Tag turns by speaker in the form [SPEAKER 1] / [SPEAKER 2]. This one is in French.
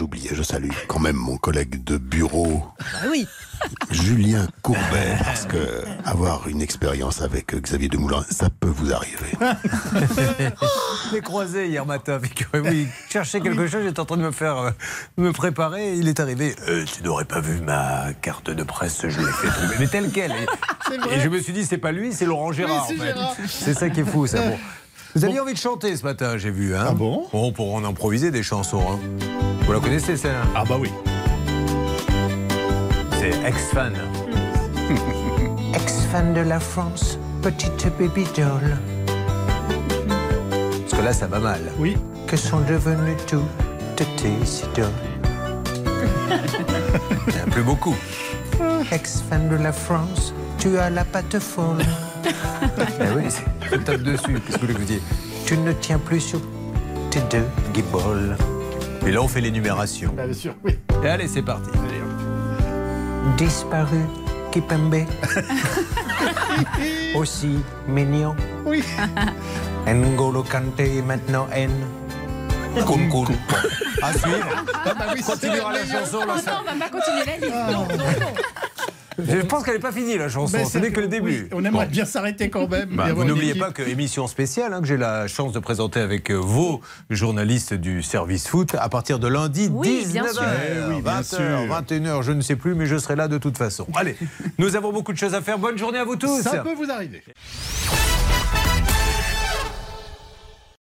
[SPEAKER 1] oublié, je salue quand même mon collègue de bureau,
[SPEAKER 2] Ah oui.
[SPEAKER 1] Julien Courbet, parce que avoir une expérience avec Xavier Demoulin, ça peut vous arriver.
[SPEAKER 3] Je l'ai croisé hier matin avec oui, il cherchait quelque chose, j'étais en train de me faire euh, me préparer, et il est arrivé. Euh, tu n'aurais pas vu ma carte de presse, je l'ai fait tomber, mais telle quelle. Et, et je me suis dit, c'est pas lui, c'est Laurent Gérard. en fait. C'est ça qui est fou, ça. Bon. Vous aviez envie de chanter ce matin, j'ai vu. Hein
[SPEAKER 4] Euh. Ah bon
[SPEAKER 3] Bon, pour en improviser des chansons. hein. Vous la connaissez, celle
[SPEAKER 4] Ah bah oui.
[SPEAKER 3] C'est ex-fan. ex-fan de la France, petite baby doll. Parce que là, ça va mal.
[SPEAKER 4] Oui.
[SPEAKER 3] Que sont devenus tous de tes idoles Il n'y en a plus beaucoup. Ex-fan de la France, tu as la patte folle. ben oui, c'est- je tape dessus, qu'est-ce que vous voulez que je vous dise Tu ne tiens plus sur tes deux guiboles. Et là, on fait l'énumération.
[SPEAKER 4] Ah, bien sûr, oui.
[SPEAKER 3] Et allez, c'est parti. Disparu, Kipembe. Aussi mignon.
[SPEAKER 4] Oui.
[SPEAKER 3] N'Golo Kante est maintenant N. Kunku. À suivre.
[SPEAKER 4] Ah, bah
[SPEAKER 3] Continuera la chanson. là, ça-
[SPEAKER 5] Non, on va pas continuer la liste. Non, non, non.
[SPEAKER 3] Je pense qu'elle n'est pas finie, la chanson.
[SPEAKER 4] Mais
[SPEAKER 3] Ce n'est que le début.
[SPEAKER 4] Bah, Ben, oui, on aimerait
[SPEAKER 3] Bon.
[SPEAKER 4] bien s'arrêter quand même.
[SPEAKER 3] Bah,
[SPEAKER 4] mais
[SPEAKER 3] vous
[SPEAKER 4] on est
[SPEAKER 3] n'oubliez
[SPEAKER 4] qui-
[SPEAKER 3] pas que émission spéciale hein, que j'ai la chance de présenter avec euh, vos journalistes du service foot à partir de lundi
[SPEAKER 5] Oui, bien
[SPEAKER 3] 19h,
[SPEAKER 5] sûr.
[SPEAKER 4] Eh oui, bien
[SPEAKER 3] 20h,
[SPEAKER 4] sûr.
[SPEAKER 3] 21h, je ne sais plus, mais je serai là de toute façon. Allez, nous avons beaucoup de choses à faire. Bonne journée à vous tous.
[SPEAKER 4] Ça peut vous arriver.